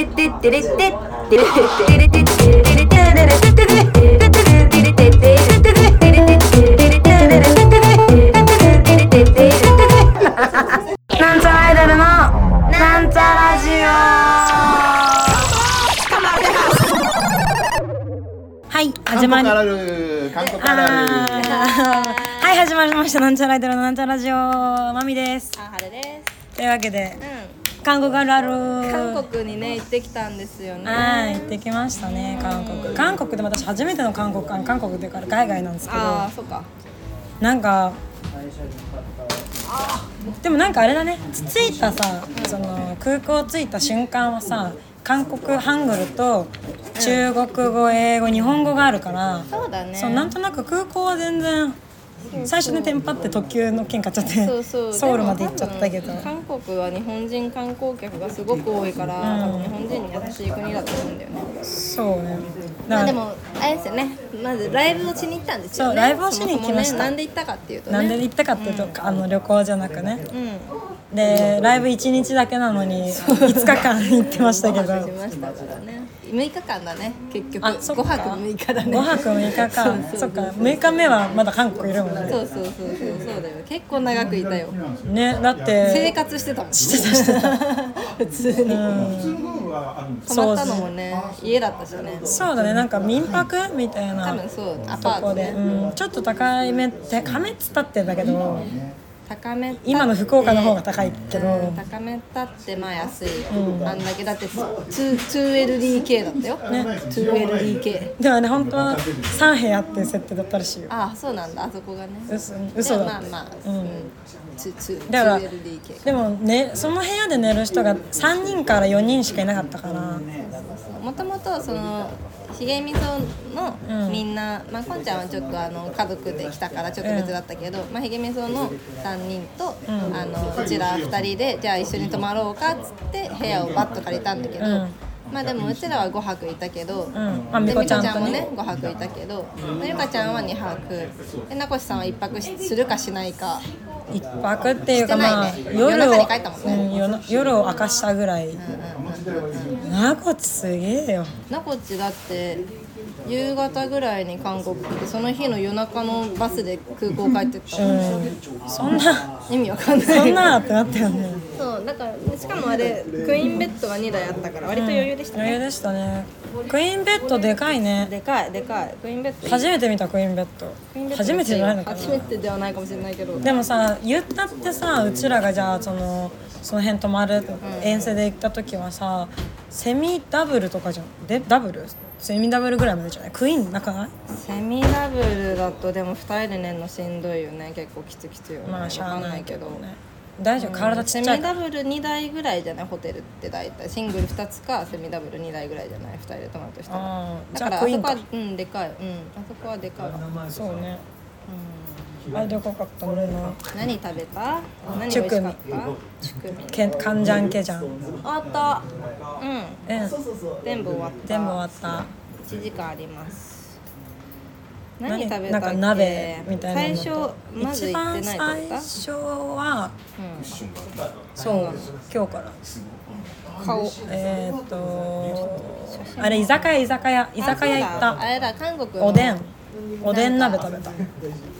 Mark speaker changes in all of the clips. Speaker 1: テレテテレテレテテレテレテレテテテなんちゃらアイドルのなんちゃラジ
Speaker 2: はい、始まり。
Speaker 3: 韓
Speaker 2: は
Speaker 3: 国ある韓国
Speaker 2: ー
Speaker 3: ある
Speaker 2: はい、始まりました。なんちゃらアイドルのなんちゃらジオ、まみです。
Speaker 4: あ、晴れで
Speaker 2: というわけで、
Speaker 4: す。
Speaker 2: 韓国あるある。
Speaker 4: うん。韓国にね行ってきたんですよね。
Speaker 2: はい、行ってきましたね、韓国。韓国でも私初めての韓国、あの韓国っていうから海外なんですけど、
Speaker 4: ああ、そうか。
Speaker 2: なんか。でもなんかあれだね、着いたさ、その空港着いた瞬間はさ、韓国ハングルと中国語、英語、日本語があるから。
Speaker 4: そうだね。
Speaker 2: そうなんとなく空港は全然最初にテンパって特急の券買っちゃって
Speaker 4: そうそう
Speaker 2: ソウルまで行っちゃったけど
Speaker 4: でも多分韓国は日本人観光客がすごく多いから、多分日本人に優しい国だと思うんだよね。
Speaker 2: そうね
Speaker 4: まあ
Speaker 2: だか
Speaker 4: で
Speaker 2: ら
Speaker 4: もあれですよね。まずライブをしに行ったんですよ
Speaker 2: そう
Speaker 4: ね。
Speaker 2: ライブをしに行きました
Speaker 4: そもそもねなんで行ったかっていうとね。
Speaker 2: なんで行ったかっていうと、あの旅行じゃなくね
Speaker 4: うん。
Speaker 2: でライブ1日だけなのに5日間行ってましたけど
Speaker 4: しましたからね。6日間だね。結局
Speaker 2: あそっか
Speaker 4: 5泊6日だね。
Speaker 2: 5泊6日 間そっか6日目はまだ韓国いるもん
Speaker 4: そ
Speaker 2: ね
Speaker 4: うそうそうそうそうだよ。結構長くいたよ。
Speaker 2: ねだって
Speaker 4: 生活してたもん。普通に。泊まったのもね、家だったしね。
Speaker 2: そうだねなんか民泊みたい
Speaker 4: 多
Speaker 2: な
Speaker 4: 分そう、ア
Speaker 2: と
Speaker 4: パー
Speaker 2: こ
Speaker 4: ト
Speaker 2: で、
Speaker 4: で。
Speaker 2: うん、ちょっと高いめって高めっつったってんだけど
Speaker 4: 高めたって
Speaker 2: 今の福岡の方が高いけど、
Speaker 4: うん高めたってまあ安い、あんだけだって2 2LDK だったよ、ね、2LDK
Speaker 2: でもね本当は3部屋っていう設定だったらしいよ
Speaker 4: ああそうなんだあそこがね
Speaker 2: 嘘嘘だ
Speaker 4: まあ
Speaker 2: って
Speaker 4: まあ、うん、2- 2-
Speaker 2: だから
Speaker 4: 2LDK
Speaker 2: でもねその部屋で寝る人が3人から4人しかいなかったから
Speaker 4: もともとそのひげみそのみんな、まあこんちゃんはちょっとあの家族で来たからちょっと別だったけど、まあひげみその3人と、あのうちら2人でじゃあ一緒に泊まろうかっつって部屋をバッと借りたんだけど、まあでもうちらは5泊いたけど、
Speaker 2: まあみ
Speaker 4: でみ
Speaker 2: こ
Speaker 4: こ
Speaker 2: ち
Speaker 4: ち
Speaker 2: ゃ
Speaker 4: ゃ
Speaker 2: んとね
Speaker 4: んもね5泊いたけど、まあゆかちゃんは2泊でなこしさんは1泊しするかしないか
Speaker 2: 1泊っていうか
Speaker 4: してない
Speaker 2: まあ
Speaker 4: ね
Speaker 2: 夜
Speaker 4: 夜中
Speaker 2: を
Speaker 4: に帰ったもんね
Speaker 2: うん夜の夜を明かしたぐらいなこちすげえよ
Speaker 4: なこっちだって夕方ぐらいに韓国来てその日の夜中のバスで空港帰ってったもん
Speaker 2: そんな
Speaker 4: 意味わかんない
Speaker 2: そんなだってなったよね
Speaker 4: そうだからしかもあれクイーンベッドが2台あったから割と余裕でした
Speaker 2: 余裕でしたねクイーンベッドでかいね
Speaker 4: でかいでかいクイーンベッド
Speaker 2: 初めて見たクイーンベッド初めてじゃないのかな
Speaker 4: 初めてではないかもしれないけど
Speaker 2: でもさ言ったってさうちらがじゃあそのその辺泊まる遠征で行った時はさセミダブルとかじゃんでダブルセミダブルぐらいまでじゃないクイーンなくない
Speaker 4: セミダブルだとでも2人で寝るのしんどいよね結構きつきつよね
Speaker 2: まあ
Speaker 4: わ
Speaker 2: しゃ
Speaker 4: か
Speaker 2: あ
Speaker 4: ん
Speaker 2: な
Speaker 4: ないい
Speaker 2: け
Speaker 4: け
Speaker 2: ど
Speaker 4: ど
Speaker 2: ね大丈夫体ち
Speaker 4: セ
Speaker 2: っ
Speaker 4: ミ
Speaker 2: ちゃい
Speaker 4: ダブル2台ぐらいじゃないホテルって大体シングル2つかセミダブル2台ぐらいじゃない2人で泊まるとしたら
Speaker 2: あーじゃ
Speaker 4: だか
Speaker 2: あ
Speaker 4: らあ
Speaker 2: クイーン
Speaker 4: そこは
Speaker 2: か
Speaker 4: うんでかいうんあそこはでかいわ
Speaker 2: そうねあれでかかったねな
Speaker 4: 何食べた何美味しかったチュクミ
Speaker 2: けカンジャンケジャンうん
Speaker 4: 終わったうん全部終わった
Speaker 2: 全部終わった
Speaker 4: 1時間あります
Speaker 2: 何
Speaker 4: 何食べたっけ
Speaker 2: なんか鍋みたいなの
Speaker 4: 最初まず
Speaker 2: 一
Speaker 4: 行って
Speaker 2: 番
Speaker 4: ない
Speaker 2: 最
Speaker 4: とこだ
Speaker 2: 初はそう今日から
Speaker 4: 顔あ
Speaker 2: えーっとあれ居酒屋居酒屋居酒屋行っ
Speaker 4: そうだあ
Speaker 2: た
Speaker 4: れだ韓国の
Speaker 2: おでんおでん鍋食べた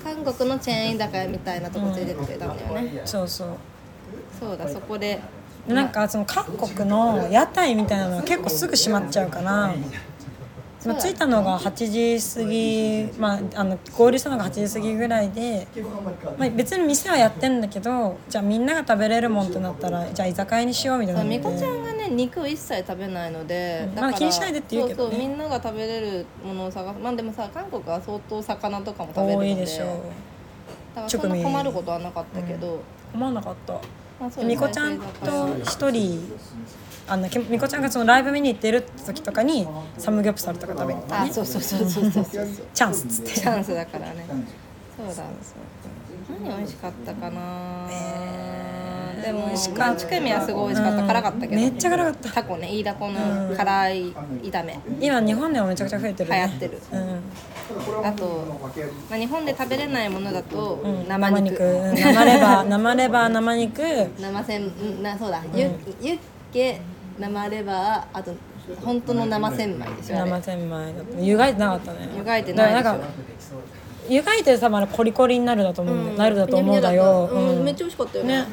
Speaker 4: 韓国のチェーン居酒屋みたいなとこ連れてってくれたんだよね、
Speaker 2: そうそう
Speaker 4: そうだそこで
Speaker 2: でなんかその韓国の屋台みたいなのは結構すぐ閉まっちゃうから、まあ、着いたのが8時過ぎ、まあ、あの合流したのが8時過ぎぐらいで、まあ、別に店はやってんだけどじゃあみんなが食べれるもんってなったらじゃあ居酒屋にしようみたいな
Speaker 4: そう
Speaker 2: ので
Speaker 4: みこちゃんがね肉を一切食べないので、
Speaker 2: まあ気にしないでって言うけどね
Speaker 4: そうそうみんなが食べれるものを探すまあでもさ韓国は相当魚とかも食べるの
Speaker 2: 多
Speaker 4: で
Speaker 2: いでしょう
Speaker 4: だからそんな困ることはなかったけど、
Speaker 2: 思わなかった。
Speaker 4: まあそう
Speaker 2: みこちゃんと一人あのきみこちゃんがそのライブ見に行ってるって時とかにサムギョプサルとか食べに行った
Speaker 4: あ
Speaker 2: ね
Speaker 4: そうそうそうそうそうそう
Speaker 2: チャンスっつって
Speaker 4: チャンスだからねそうだそう何美味しかったかな、でも美味しかったチュクミはすごい美味しかった、辛かったけど
Speaker 2: めっちゃ辛かった
Speaker 4: タコねイイダコの辛い炒め、
Speaker 2: 今日本でもめちゃくちゃ増えてる、
Speaker 4: 流行
Speaker 2: ね、
Speaker 4: ってる
Speaker 2: うん
Speaker 4: あと、まあ、日本で食べれないものだと、生
Speaker 2: 生
Speaker 4: 肉
Speaker 2: 肉うん生レバー 生レバー生肉
Speaker 4: 生鮮うんなそうだ、ユユッケ生レバーあと本当の生千枚でしょあれ
Speaker 2: 生千枚だった湯がいてなかったね
Speaker 4: 湯がいてないでし
Speaker 2: だから
Speaker 4: ょ
Speaker 2: なんか湯がいてる多分あれコリコリになるだと思うんだ、
Speaker 4: うん
Speaker 2: なるだと思うんだよ、
Speaker 4: ふにゃふにゃだったうん
Speaker 2: うん
Speaker 4: めっちゃ美味しかったよね
Speaker 2: ね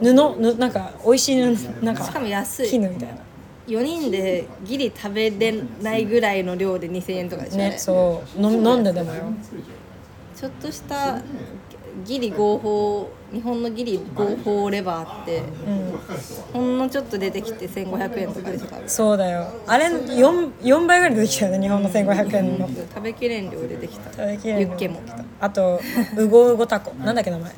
Speaker 2: 布ぬなんか美味しい布なんか
Speaker 4: しかも安い
Speaker 2: 絹みたいな
Speaker 4: 4人でギリ食べれないぐらいの量で2000円とかでしょ、あれ
Speaker 2: ねそうの飲んででもよ
Speaker 4: ちょっとしたギリ合法日本のギリ合法レバーって、ほんのちょっと出てきて1500円とかでしょ多分
Speaker 2: そうだよあれ 4, 4倍ぐらい出てきたよね日本の1500円の
Speaker 4: 食べきれん量出てきた
Speaker 2: 食べきれる
Speaker 4: ユッケも来た
Speaker 2: あとうごうごたこなんだっけ名前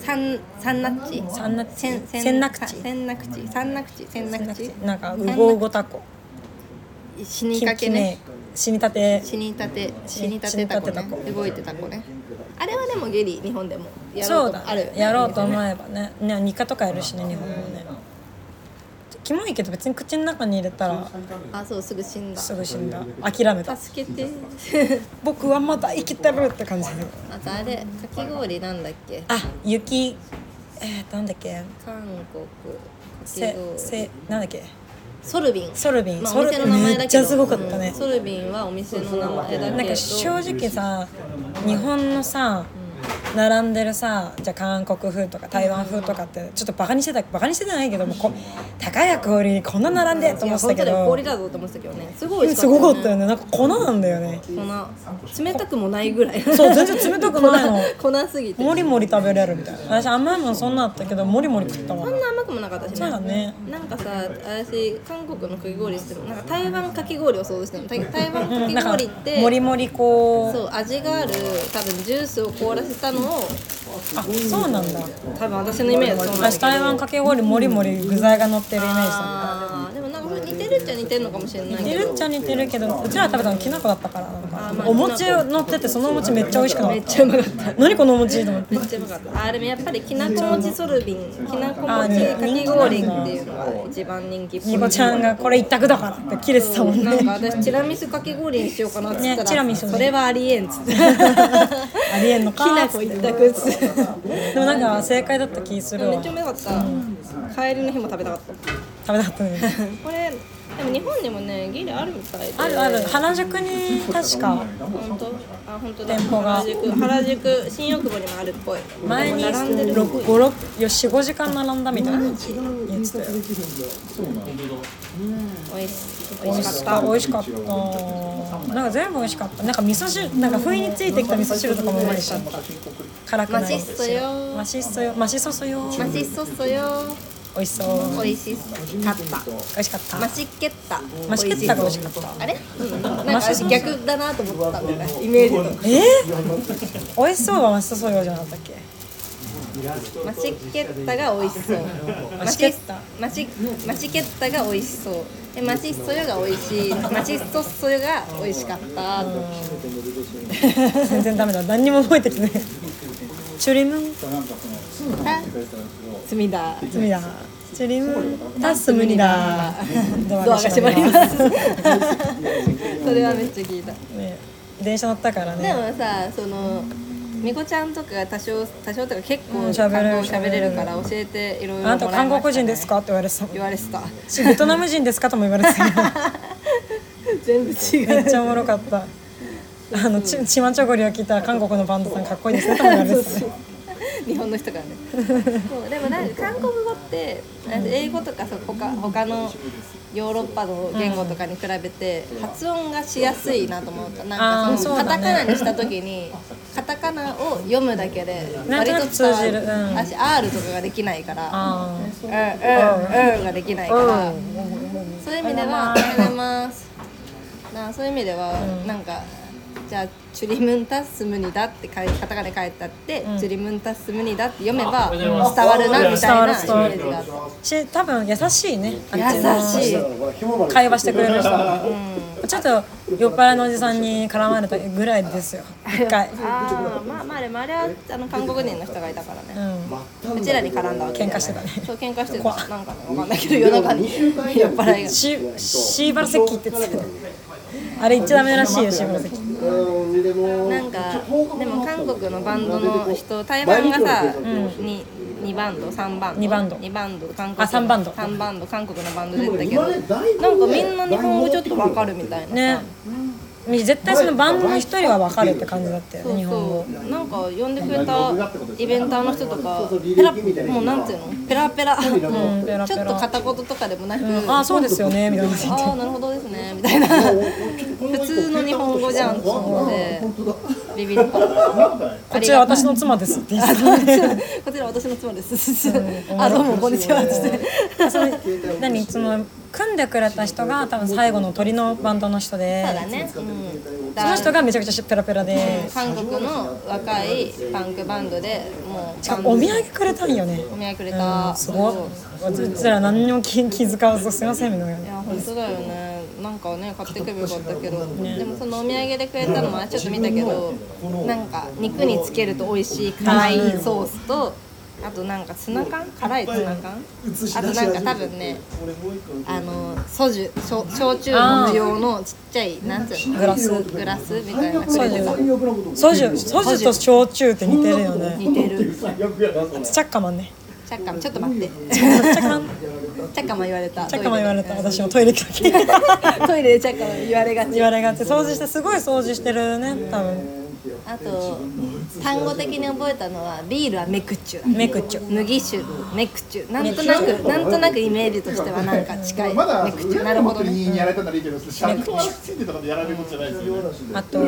Speaker 4: サンサンナッチ
Speaker 2: サンナッチ
Speaker 4: せんせん
Speaker 2: センナクチ
Speaker 4: せんなくちサンナクチせんなくち
Speaker 2: なんかうごうごたこ
Speaker 4: 死にかけね
Speaker 2: 死にたて
Speaker 4: 死にたて死にたてた
Speaker 2: 死に
Speaker 4: こね
Speaker 2: たてたこ
Speaker 4: 動いてたこねあれはでもゲリ日本でもやろ
Speaker 2: そうう
Speaker 4: と
Speaker 2: だ
Speaker 4: あるよね
Speaker 2: やろうと思えばねね日課とかやるしね日本もねキモいけど別に口の中に入れたら
Speaker 4: あそうすぐ死んだ
Speaker 2: すぐ死んだ諦めた
Speaker 4: 助けて
Speaker 2: 僕はまだ生きてるって感じ
Speaker 4: あとあれかき氷なんだっけ
Speaker 2: あ雪えー、なんだっけ
Speaker 4: 韓国
Speaker 2: せせなんだっけ
Speaker 4: ソルビン、
Speaker 2: ソルビン
Speaker 4: まあ、
Speaker 2: ソ
Speaker 4: お
Speaker 2: ル
Speaker 4: 店の名前だけど
Speaker 2: めっちゃすごかったね
Speaker 4: うんソルビンはお店の名前だけど
Speaker 2: なんか正直さ日本のさ並んでるさじゃあ韓国風とか台湾風とかってちょっとバカにしてたバカにしてたないけどもこ高い氷にこんな並んでと思
Speaker 4: いや
Speaker 2: って
Speaker 4: 本
Speaker 2: た
Speaker 4: 当
Speaker 2: け
Speaker 4: だよ
Speaker 2: ど
Speaker 4: 氷だぞと思ってたけどねすごい美味し
Speaker 2: すごかった
Speaker 4: よ
Speaker 2: よねなんか粉なんだよね
Speaker 4: 粉冷たくもないぐらい
Speaker 2: そう全然冷たくないの
Speaker 4: 粉粉すぎて
Speaker 2: もりもり食べれるみたいな私甘いもんそんなあったけどもりもり食ったわ
Speaker 4: そんな甘くもなかったしね
Speaker 2: そうだね
Speaker 4: なんかさ私韓国のかき氷してもなんか台湾かき氷を想像してる の台台湾か
Speaker 2: うん
Speaker 4: き
Speaker 2: なんか
Speaker 4: 氷って
Speaker 2: もりもりこ
Speaker 4: そうう味がある多分ジュースを凍らせたのを
Speaker 2: あそうなんだ
Speaker 4: 多分私のイメージはそうなんだけ
Speaker 2: 私
Speaker 4: ど
Speaker 2: 台湾かき氷もりもり具材が乗ってるイメージだ
Speaker 4: あーでもなんか似てるっちゃ似てるのかもしれない
Speaker 2: 似
Speaker 4: け
Speaker 2: て
Speaker 4: ど
Speaker 2: るっちゃ似てるけどうちらが食べたのきな粉だったからなのか
Speaker 4: あまあ
Speaker 2: お餅乗っててそのお餅めっちゃ美味しくな
Speaker 4: め
Speaker 2: っ
Speaker 4: ったちゃうまかった
Speaker 2: 何このお餅と思って
Speaker 4: めっちゃうまかったあーでもやっぱりきなこ餅ソルビンきなこ
Speaker 2: あ
Speaker 4: 餅
Speaker 2: ね
Speaker 4: かき氷っていうのが一番人気っぽい
Speaker 2: ニコちゃんがこれ一択だからって切れてたも んね
Speaker 4: なんか私チラミスかき氷にしようかなっつったら、
Speaker 2: ねチラミスね
Speaker 4: それはありえんっつって き
Speaker 2: ありえんのか
Speaker 4: なこ一択っつって
Speaker 2: でもなんか正解だった気する
Speaker 4: め
Speaker 2: わ
Speaker 4: っちゃう
Speaker 2: 食
Speaker 4: まかった、帰りの日も食べたかった
Speaker 2: べたかったね
Speaker 4: これでも日本にもねギリあるみたいで
Speaker 2: あるある原宿に確か
Speaker 4: 本当あ本当だ
Speaker 2: 店舗が
Speaker 4: 原宿原宿新大久保にもあるっぽい
Speaker 2: 前に
Speaker 4: 並んでるっぽい
Speaker 2: 45時間並んだみたいな言ってたよ
Speaker 4: 美味しい
Speaker 2: 美
Speaker 4: 美味
Speaker 2: 味
Speaker 4: し
Speaker 2: し
Speaker 4: か
Speaker 2: か
Speaker 4: っ
Speaker 2: った美味しかったなんか全部美味しかったなんか味噌汁なんか不意についてきた味噌汁とかもうまいし辛く
Speaker 4: た
Speaker 2: ない
Speaker 4: マシッソよ
Speaker 2: マシソよマシソソよ
Speaker 4: マシッソソよ
Speaker 2: 美味しそう
Speaker 4: 美味しかった
Speaker 2: 美味しかった
Speaker 4: マシッケッタ
Speaker 2: マシケッタが美味しかった
Speaker 4: あれ、うん、なんか私逆だなと思ったんだよねイメージと
Speaker 2: えー、美味しそうはマシソソよじゃなかったっけ
Speaker 4: マシッケッタが美味しそう
Speaker 2: マシケッタ
Speaker 4: マシマシケッタが美味しそうでマシッソヨが美味しいマシッソソヨが美味しかった
Speaker 2: 全然ダメだ何にも覚えてきてないチュリムン
Speaker 4: 罪だ
Speaker 2: 罪だチュリムンタスムニだドア
Speaker 4: ドアが閉まりますそれはめっちゃ聞いた
Speaker 2: ね電車乗ったから
Speaker 4: で
Speaker 2: ね
Speaker 4: もさそのみこちゃんとかが多少多少とか結構
Speaker 2: うん
Speaker 4: 韓
Speaker 2: 喋れる
Speaker 4: 国語喋れるから教えていろいろ
Speaker 2: あな
Speaker 4: もらいましたね
Speaker 2: 韓国人ですかって言われてたもん
Speaker 4: 言われてた
Speaker 2: しベトナム人ですかとも言われてたよ
Speaker 4: 全部違う
Speaker 2: めっちゃおもろかったあのちチマチョゴリを聞いたら韓国のバンドさんかっこいいですねとも言われてたね
Speaker 4: 日本の人 からねそうでもなんか韓国語って英語とかそう他他のヨーロッパの言語とかに比べて発音がしやすいなと思ったなん
Speaker 2: あ
Speaker 4: か
Speaker 2: ー
Speaker 4: その
Speaker 2: そ
Speaker 4: カ
Speaker 2: うだ
Speaker 4: タ
Speaker 2: ね
Speaker 4: カナにした時にカタカナを読むだけで
Speaker 2: なんと
Speaker 4: 割
Speaker 2: な
Speaker 4: と
Speaker 2: く
Speaker 4: 伝わ
Speaker 2: 通じるうん
Speaker 4: 私 R とかができないから
Speaker 2: あ
Speaker 4: 「うんうんうん」ができないから
Speaker 2: あ。
Speaker 4: そういう意味では、おはようございます。なそういう意味では、なんか。じゃあ、チュリムンタッスムニだって書い、カタカナで書いてあって、チュリムンタッスムニだって読めば、伝わるなみたいなイメージがあっ
Speaker 2: し多分優しいねあっちの
Speaker 4: た。優しい。
Speaker 2: 会話してくれる人は、ちょっと酔っ払いのおじさんに絡まれたぐらいですよ一回、
Speaker 4: ああ、まあ、まあ、あれ、まあ、あれは、あの韓国人の人がいたから
Speaker 2: う
Speaker 4: ね。
Speaker 2: ん、
Speaker 4: うちらに絡んだわけじゃ
Speaker 2: 喧
Speaker 4: ない。
Speaker 2: 嘩してたね
Speaker 4: そう、喧嘩してた。なんかね、わかんないけど、夜中に酔っ払いが。
Speaker 2: しシーバル石器って言ってたあれ言っちゃダメらしいよシーバル石器
Speaker 4: なんかでも韓国のバンドの人台湾がさ、に2バンド3バンド
Speaker 2: 二バンド
Speaker 4: 二バンド韓国
Speaker 2: あ三バンド
Speaker 4: 3バンド韓国のバンド出てたけどなんかみんな日本語ちょっとわかるみたいなさ
Speaker 2: ね絶対そのバンドの一人は分かるって感じだったよ
Speaker 4: そ
Speaker 2: ね
Speaker 4: う
Speaker 2: 日本語
Speaker 4: そうなんか呼んでくれたイベンターの人とかペラもうなんていうのペラペラち
Speaker 2: うんペラペ
Speaker 4: ょっ
Speaker 2: ラ
Speaker 4: と片言とかでもなく、
Speaker 2: うんあそうですよねみたいな感じ
Speaker 4: ああなるほどですねみたいな普通の日本語じゃんって思ってビビった
Speaker 2: こちら私の妻ですって言ってた
Speaker 4: こちら私の妻です、あどうもこんにちはって
Speaker 2: その何その組んでくれた人が多分最後の鳥のバンドの人で
Speaker 4: そうだね、うん、
Speaker 2: その人がめちゃくちゃペラペラで
Speaker 4: 韓国の若いパンクバンドでもう
Speaker 2: しかもお土産くれたんよね
Speaker 4: お土産くれた、
Speaker 2: すごいうちら何にも気気遣わずすいませんみたい
Speaker 4: い
Speaker 2: な
Speaker 4: や本当だよねなんかね買ってくればよかったけど、でもそのお土産でくれたのもちょっと見たけどなんか肉につけると美味しい辛いソースとあとなんかツナ缶辛いツナ缶あとなんか多分ねあのソジュ焼焼酎の用のちっちゃいなんつうの
Speaker 2: グラス
Speaker 4: グラスみたいなくれてた
Speaker 2: ソジュソジュと焼酎って似てるよね
Speaker 4: 似てる
Speaker 2: チャッカマンね
Speaker 4: チャッカマンちょっと待って
Speaker 2: チャッカマン
Speaker 4: チャッカマン言われた
Speaker 2: チャッカマン言われた
Speaker 4: トイ
Speaker 2: 私もトイレ行くだけ
Speaker 4: レでトイレでチャッカマン言われがち
Speaker 2: 言われがあって掃除してすごい掃除してるね多分
Speaker 4: あと単語的に覚えたのはビールはメクチュ
Speaker 2: メクチュ
Speaker 4: 脱ぎ酒メクチュなんとなくなんとなくイメージとしてはなんか近い
Speaker 3: まだ
Speaker 4: メクチュなるほど
Speaker 3: 上
Speaker 4: ね
Speaker 3: にやられたならいいけど、シャンプーはついてとかでやられることじゃないですよね。
Speaker 2: あと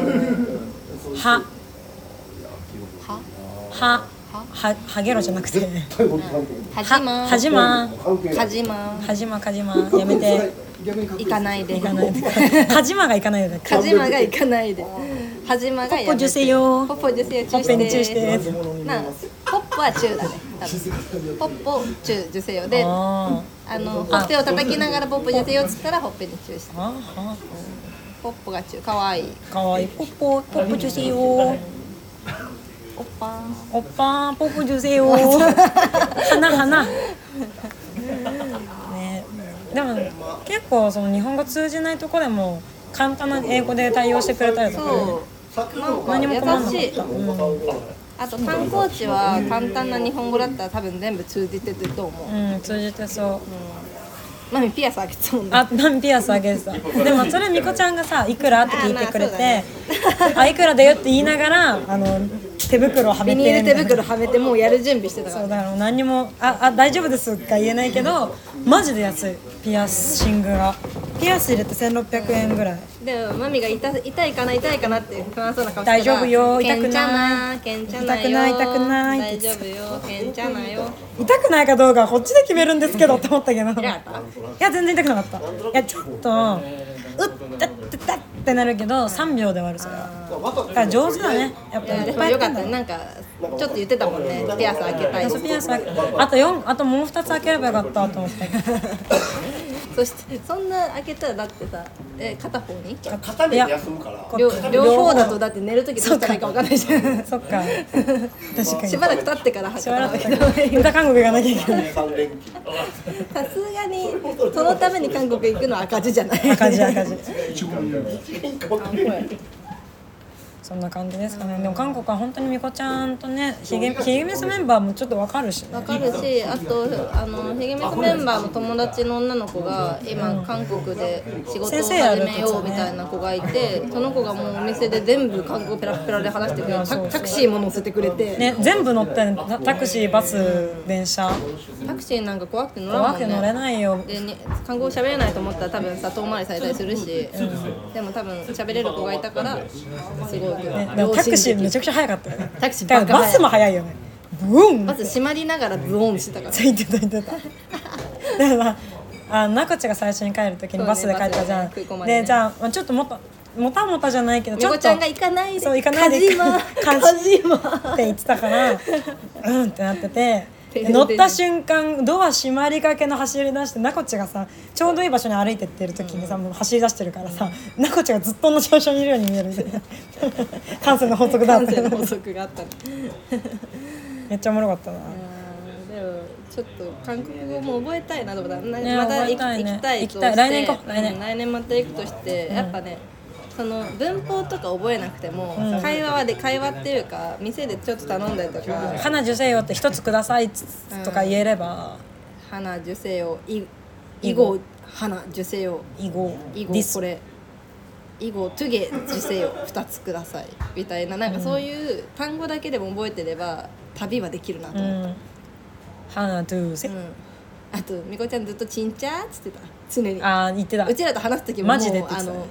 Speaker 2: 歯
Speaker 4: は
Speaker 2: 歯はハゲロじゃなくて
Speaker 4: はじま
Speaker 2: ははじま
Speaker 4: はじま
Speaker 2: はじまかじまやめて
Speaker 4: 行かないで
Speaker 2: 行かないではじまが行かないで
Speaker 4: はじまが行かないではじまが
Speaker 2: ポッポ
Speaker 4: やめて
Speaker 2: 受精よ
Speaker 4: ポッポ受精よ
Speaker 2: ほっぺにチューして
Speaker 4: なポッポはチューだね多分ポッポチュー受精よであ
Speaker 2: あ
Speaker 4: のほっぺを叩きながらポッポ受精よっつったらほっぺにチューして
Speaker 2: ーあ
Speaker 4: ポッポがチューかわいい
Speaker 2: ーかわいいポッポポッポ受精よ
Speaker 4: おっぱ
Speaker 2: おっぱーポッポ受精よ花花ねでも結構その日本語通じないとこでも簡単な英語で対応してくれたりとかね
Speaker 4: そうなん
Speaker 2: 何も困んなか
Speaker 4: か
Speaker 2: った
Speaker 4: 優しいあと観光地は簡単な日本語だったら多分全部通じてると思う、
Speaker 2: うん通じてそう
Speaker 4: マミピアス開けてたもんね
Speaker 2: あダンピアスあげてたでもそれみこちゃんがさ「いくら?」って聞いてくれて「あ,、いくらだよ」って言いながらあの手袋をはめ
Speaker 4: ビ
Speaker 2: て
Speaker 4: ニール手袋はめてもうやる準備してたか
Speaker 2: そ
Speaker 4: ら
Speaker 2: うだから何にも「ああ大丈夫です」か言えないけどマジで安いピアシングがピアス入れて1600円ぐらい
Speaker 4: でもマミが痛痛いかな痛いかなって不安そうな顔してたら
Speaker 2: 大丈夫よ痛くない
Speaker 4: けんちゃなけんちゃないよ
Speaker 2: 痛くない痛くない
Speaker 4: 大丈夫よけんちゃないよ
Speaker 2: 痛くないかどうかはこっちで決めるんですけどって思ったけどいや全然痛くなかったいやちょっとうっだってだってなるけど3秒で終わるそれはだから上手だねやっぱりい
Speaker 4: で
Speaker 2: っ
Speaker 4: も
Speaker 2: ぱいやっ
Speaker 4: よ
Speaker 2: てん
Speaker 4: かっ
Speaker 2: だ
Speaker 4: たなんかちょっと言ってたもんねピアス開けたい
Speaker 2: そうピアス開けあと四あともう二つ開ければよかったと思って
Speaker 4: そしてそんな開けたらだってさえ片方に
Speaker 3: 肩で休むから。
Speaker 2: こ
Speaker 4: 両両方だとだって寝るときどうしたらいいかわかんないじゃん
Speaker 2: そっか確かに
Speaker 4: しばらく経ってから履く
Speaker 2: しばらく歌韓国行かなきゃいけない
Speaker 3: 三連休。
Speaker 4: さすがにそのために韓国行くのは赤字じゃない
Speaker 2: 赤字赤字
Speaker 3: い
Speaker 2: そんな感じですかねでも韓国は本当にみこちゃんとねひげひげメスメンバーもちょっとわかるし
Speaker 4: わ
Speaker 2: ね
Speaker 4: かるしあとあのひげめスメンバーの友達の女の子が今韓国で仕事を
Speaker 2: 先
Speaker 4: 始
Speaker 2: 生やる
Speaker 4: めようみたいな子がいてその子がもうお店で全部韓国ペラペラで話してくれてタタクシーも乗せてくれて、
Speaker 2: ね全部乗ってんタタクシーバス電車
Speaker 4: タクシーなんか怖くて乗ら
Speaker 2: 怖
Speaker 4: んもん
Speaker 2: く乗れ
Speaker 4: ね
Speaker 2: ないよ
Speaker 4: でに韓国語喋れないと思ったら多分さ遠回りされたりするし、でも多分喋れる子がいたからすごく
Speaker 2: ねでもタクシーめち
Speaker 4: ゃ
Speaker 2: ゃくちゃ速かったよね
Speaker 4: タクシー
Speaker 2: だか
Speaker 4: バカ
Speaker 2: らバ
Speaker 4: 速い
Speaker 2: スも速いよねブーン
Speaker 4: まず閉まりながらブオンしてたから
Speaker 2: ついてたいてただからあなこちが最初に帰る時にバスで帰ったじゃん、
Speaker 4: そうねバスでね食い込まれて
Speaker 2: で
Speaker 4: ね
Speaker 2: じゃあまあちょっともたもたもたじゃないけどち
Speaker 4: み
Speaker 2: ょっ
Speaker 4: ことちゃんが行かないで
Speaker 2: そう行かないで
Speaker 4: カ ジマ
Speaker 2: カジマって言ってたからうんってなっててで乗った瞬間ドア閉まりかけの走り出してなこちがさちょうどいい場所に歩いてってる時にさ、もう走り出してるからさなこちがずっと同じ場所にいるように見えるみたいな感性の法則だっ
Speaker 4: 感
Speaker 2: た
Speaker 4: 性
Speaker 2: よ
Speaker 4: の
Speaker 2: ね
Speaker 4: 法則があったの
Speaker 2: めっちゃおもろかったな。
Speaker 4: でもちょっと韓国語も覚えたいなと思ったな
Speaker 2: ね
Speaker 4: また
Speaker 2: 覚
Speaker 4: 行
Speaker 2: え
Speaker 4: き
Speaker 2: たいね
Speaker 4: 行きたいと
Speaker 2: 行き
Speaker 4: して
Speaker 2: たい来年行こう来年
Speaker 4: うん来年また行くとして、やっぱねその文法とか覚えなくても、会話はで会話っていうか店でちょっと頼んだりとか
Speaker 2: 「花受精よ」って一つくださいつとか言えれば
Speaker 4: 「花受精をい以後花受精を
Speaker 2: 以後
Speaker 4: 以
Speaker 2: ディ
Speaker 4: 後
Speaker 2: ス
Speaker 4: これ以後トゥゲ受精を2つください」みたいななんかそういう単語だけでも覚えてれば旅はできるなと
Speaker 2: う
Speaker 4: 思って。
Speaker 2: ん「花受精
Speaker 4: うんあとみこちゃんずっと「ちんちゃ」っつってた常に」
Speaker 2: ああ言ってた
Speaker 4: うちらと話す時ももう
Speaker 2: マジでって言っ
Speaker 4: あ
Speaker 2: てたね
Speaker 4: の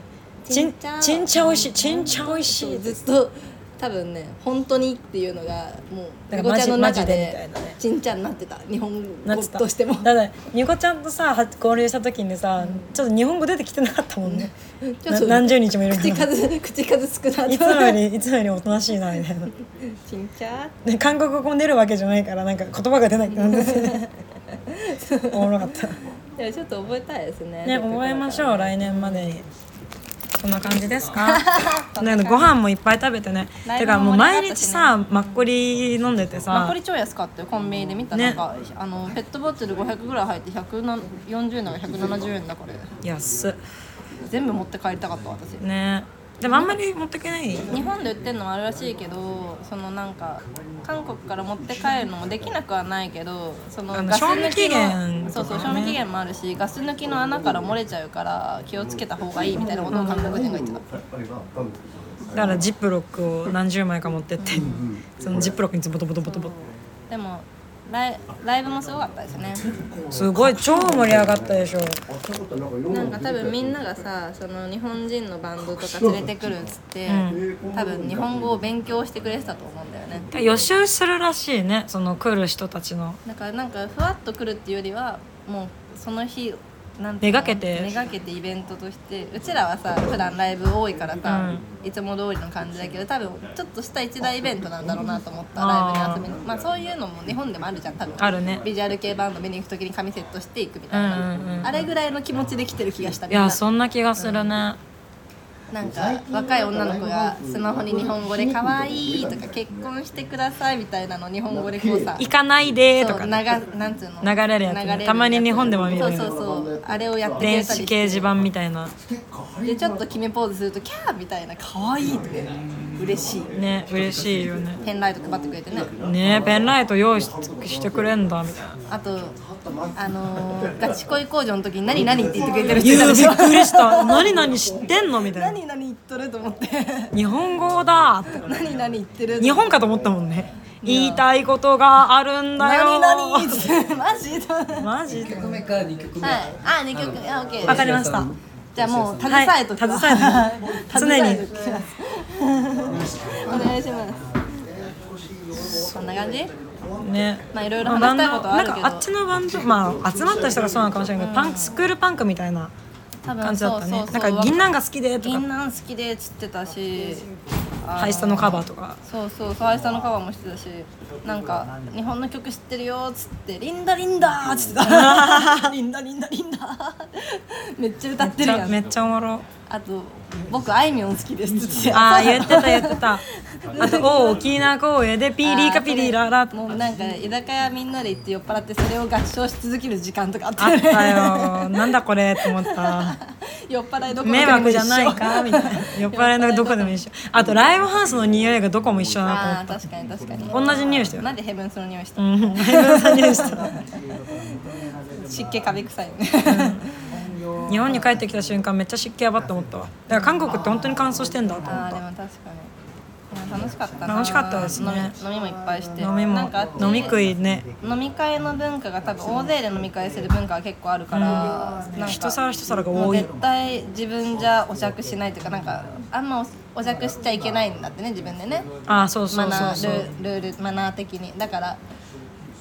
Speaker 2: ちんちんちゃおいしいちんちゃおいし
Speaker 4: そ
Speaker 2: いう
Speaker 4: ずっと多分ね本当にっていうのがもう
Speaker 2: だ
Speaker 4: み
Speaker 2: からマ
Speaker 4: こちゃん
Speaker 2: ジ
Speaker 4: の
Speaker 2: マジ
Speaker 4: 中
Speaker 2: でみたい
Speaker 4: で
Speaker 2: なね
Speaker 4: ちんちゃんになってた日本
Speaker 2: な
Speaker 4: 語
Speaker 2: ってた
Speaker 4: としても
Speaker 2: だからニコちゃんとさは合流した時にさ、ちょっと日本語出てきてなかったもんね、
Speaker 4: ちょ
Speaker 2: な
Speaker 4: っと
Speaker 2: 何十日もいるか
Speaker 4: 口
Speaker 2: ら
Speaker 4: 数 口数少ない
Speaker 2: つもよりいつもよりおとなしいな みたいな
Speaker 4: ちんちゃ
Speaker 2: で韓国語も出るわけじゃないからなんか言葉が出ないってなんで おもろかった
Speaker 4: でもちょっと覚えたいですね
Speaker 2: ね覚えましょう来年までにそんな感じです かなんかご飯もいっぱい食べてね
Speaker 4: ライ
Speaker 2: て
Speaker 4: ブも
Speaker 2: かもう毎
Speaker 4: 盛り上がった
Speaker 2: 日
Speaker 4: しね
Speaker 2: さマッコリ飲んでて
Speaker 4: マッ
Speaker 2: さ
Speaker 4: コリ超安かったよコンビニで見た、
Speaker 2: ね
Speaker 4: なんかあのペットボトル500ぐらい入って140円だから170円だから
Speaker 2: 安っ
Speaker 4: 全部持って帰りたかった私
Speaker 2: ねでもあんまり持ってけない
Speaker 4: 日本で売ってるのもあるらしいけどそのなんか韓国から持って帰るのもできなくはないけどその
Speaker 2: あの
Speaker 4: ガス抜
Speaker 2: 賞味期
Speaker 4: きの
Speaker 2: 限とかね
Speaker 4: そうそう賞味期限もあるしガス抜きの穴から漏れちゃうから気をつけた方がいいみたいなことを韓国人が言ってた
Speaker 2: だからジップロックを何十枚か持ってってそのジップロックにボトボトボトボト
Speaker 4: でもライライブもすごかったですね
Speaker 2: すごい超盛り上がったでしょ
Speaker 4: なんか多分みんながさその日本人のバンドとか連れてくるっつって、多分日本語を勉強してくれてたと思うんだよね
Speaker 2: 予習するらしいねその来る人たちの
Speaker 4: だからなんかふわっと来るっていうよりはもうその日なん
Speaker 2: め
Speaker 4: ていうの
Speaker 2: がけて
Speaker 4: めがけてイベントとしてうちらはさ普段ライブ多いからさ、いつも通りの感じだけど多分ちょっとした一大イベントなんだろうなと思ったライブに遊びにまあそういうのも日本でもあるじゃん多分
Speaker 2: あるね
Speaker 4: ビジュアル系バンド見に行く時に髪セットしていくみたいな、
Speaker 2: うんうん
Speaker 4: あれぐらいの気持ちで来てる気がした
Speaker 2: い
Speaker 4: みんな
Speaker 2: やそんな気がするね
Speaker 4: なんか若い女の子がスマホに日本語で「可愛いとか「結婚してください」みたいなの日本語でこうさ
Speaker 2: 行かないでと
Speaker 4: そ
Speaker 2: か
Speaker 4: う
Speaker 2: ね
Speaker 4: 流なんつうの
Speaker 2: 流れるやつねたまに日本でも見る
Speaker 4: そうそうそうあれをやってくれ
Speaker 2: 電
Speaker 4: た
Speaker 2: 子
Speaker 4: り
Speaker 2: 掲示板みたいな
Speaker 4: でちょっと決めポーズするとキャーみたいな可愛いって嬉しい
Speaker 2: ね嬉しいよね
Speaker 4: ペンライト配ってくれてね
Speaker 2: ねペンライト用意ししてくれんだみたいな
Speaker 4: あとあのー、ガチ恋工場の時に何何って言ってくれてる人
Speaker 2: い
Speaker 4: いた
Speaker 2: や
Speaker 4: で
Speaker 2: び
Speaker 4: しょ
Speaker 2: っくりした何何知ってんのみたいな
Speaker 4: 何何言っとると 思って
Speaker 2: 日本語だって
Speaker 4: 何何言ってる
Speaker 2: 日本かと思ったもんね言いたいことがあるんだよ
Speaker 4: 何何ってマジでは い
Speaker 2: マジで
Speaker 5: 目から二曲目
Speaker 4: あ二曲目あオッケー
Speaker 2: わかりました
Speaker 4: じゃあもう携えときます
Speaker 2: はい携えて常に
Speaker 4: 携えときますお願いしますこんな感じ
Speaker 2: ね
Speaker 4: まあいろいろ
Speaker 2: まあバ
Speaker 4: 話
Speaker 2: ン
Speaker 4: し
Speaker 2: ド
Speaker 4: たいことはあ
Speaker 2: なん
Speaker 4: るけど、
Speaker 2: かあっちのバンドまあ集まった人がそうなのかもしれないけどパンクスクールパンクみたいな
Speaker 4: 多分
Speaker 2: 感じだった
Speaker 4: そう
Speaker 2: ね
Speaker 4: そうそ
Speaker 2: な
Speaker 4: うん
Speaker 2: か銀杏が好きでと
Speaker 4: 銀
Speaker 2: か
Speaker 4: 杏好きでっつってたし
Speaker 2: ハイスタのカバーとか
Speaker 4: そうそうそうアイスタのカバーもしてたしなんか「日本の曲知ってるよ」っつって「リンダリンダ」っつって た「リンダリンダリンダ」めっちゃ歌ってるやん
Speaker 2: めっちゃおもろ
Speaker 4: あと「僕あいみょん好きです」っつって
Speaker 2: ああ言ってた言って たあと「お沖縄公園でピリーカピリララ」
Speaker 4: もうなんか居酒屋みんなで行って酔っ払ってそれを合唱し続ける時間とかあっ
Speaker 2: あ
Speaker 4: たよ
Speaker 2: っ
Speaker 4: ね
Speaker 2: たよなんだこれって思った
Speaker 4: 酔っ払いどころ
Speaker 2: 迷
Speaker 4: かも
Speaker 2: 惑じ
Speaker 4: 一緒
Speaker 2: ゃないかみたいな酔っ払いのどこでも一緒あとライブハウスの匂いがどこも一緒だなと思
Speaker 4: あ
Speaker 2: っ
Speaker 4: ー確かに確かに
Speaker 2: た同じ匂いしたよ
Speaker 4: なんでヘブンスの匂いした、
Speaker 2: うんライブハウスの匂いした
Speaker 4: 湿気カビ臭いよね、
Speaker 2: 日本に帰ってきた瞬間めっちゃ湿気やばって思ったわだから韓国って本当に乾燥してんだと思
Speaker 4: あ
Speaker 2: っ
Speaker 4: ーでも
Speaker 2: た
Speaker 4: 確かにいや楽しかったな
Speaker 2: 楽しかったですね
Speaker 4: 飲み飲みもいっぱいして
Speaker 2: 飲み
Speaker 4: なん
Speaker 2: も
Speaker 4: かあっち
Speaker 2: 飲み食いね
Speaker 4: 飲み会の文化が多分大勢で飲み会する文化が結構あるから、なんか
Speaker 2: 一皿一皿が
Speaker 4: も
Speaker 2: 多
Speaker 4: う
Speaker 2: い
Speaker 4: 絶対自分じゃお酌しないというかなんかあんまお酌しちゃいけないんだってね自分でね
Speaker 2: あーそうそ
Speaker 4: マ
Speaker 2: う
Speaker 4: ナ
Speaker 2: そう
Speaker 4: ー
Speaker 2: そう
Speaker 4: ルールールマナー的にだから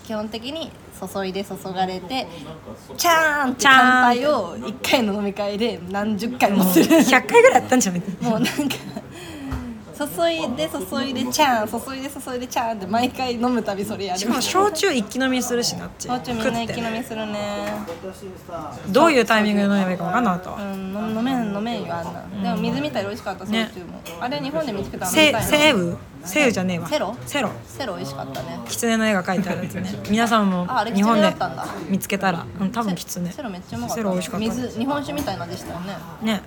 Speaker 4: 基本的に注いで注がれてチャーンって乾杯を一回の飲み会で何十回もする
Speaker 2: 100回ぐらいやったんじゃない
Speaker 4: もうなんか注いで注いでチャーン注いで注いでチャーンって毎回飲むたびそれやる
Speaker 2: しかも
Speaker 4: 焼
Speaker 2: 焼酎一気飲みするしなっち
Speaker 4: 酎みんな一気飲みするね
Speaker 2: どういうタイミングで飲めばいいか分かんなかった
Speaker 4: う
Speaker 2: わ
Speaker 4: ん飲飲めん飲のメインはあんな、でも水みたいで美味しかったソ
Speaker 2: ね
Speaker 4: ーチューも、あれ日本で見つけたの
Speaker 2: セ
Speaker 4: たいな
Speaker 2: セウセウじゃねえわ
Speaker 4: セロ
Speaker 2: セロ
Speaker 4: セロ美味しかったね
Speaker 2: 狐の絵が描いてあるやつね皆さんも
Speaker 4: ああれ
Speaker 2: 日本で
Speaker 4: 狐だったんだ
Speaker 2: 見つけたら、うん、多分狐
Speaker 4: セロめっちゃうまかっ
Speaker 2: セ
Speaker 4: た
Speaker 2: ロ美味しかった
Speaker 4: 水日本酒みたいな味したよね
Speaker 2: ね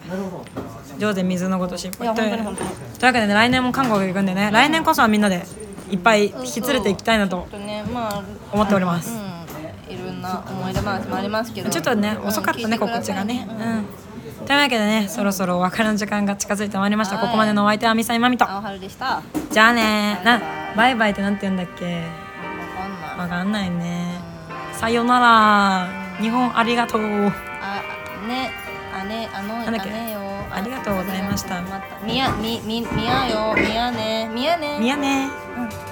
Speaker 2: 上手水のこと心配
Speaker 4: いや
Speaker 2: という
Speaker 4: 本当に本当に
Speaker 2: というわけでね来年も韓国行くんでね来年こそはみんなでいっぱい引き連れていきたいなと
Speaker 4: ちょっねまあ
Speaker 2: 思っております
Speaker 4: うんいろんな思い出話もありますけど
Speaker 2: ちょっとね
Speaker 4: うん
Speaker 2: 遅かった
Speaker 4: 聞い
Speaker 2: ね
Speaker 4: てく
Speaker 2: 告
Speaker 4: だ
Speaker 2: 知
Speaker 4: さい
Speaker 2: がね
Speaker 4: うん
Speaker 2: うんというわけでねそろそろお別れの時間が近づいてまいりました
Speaker 4: はい
Speaker 2: ここまでのお相手はみさいまみと
Speaker 4: 青春でしたわ
Speaker 2: じゃあねなバイバイってなんて言うんだっけ
Speaker 4: かんない
Speaker 2: わかんないねさよなら日本ありがとう
Speaker 4: あねあねあの
Speaker 2: なんだっけ
Speaker 4: あねよ
Speaker 2: ありがとうございました
Speaker 4: あねよまたみやみみみやよみやねみやね
Speaker 2: みやね
Speaker 4: うん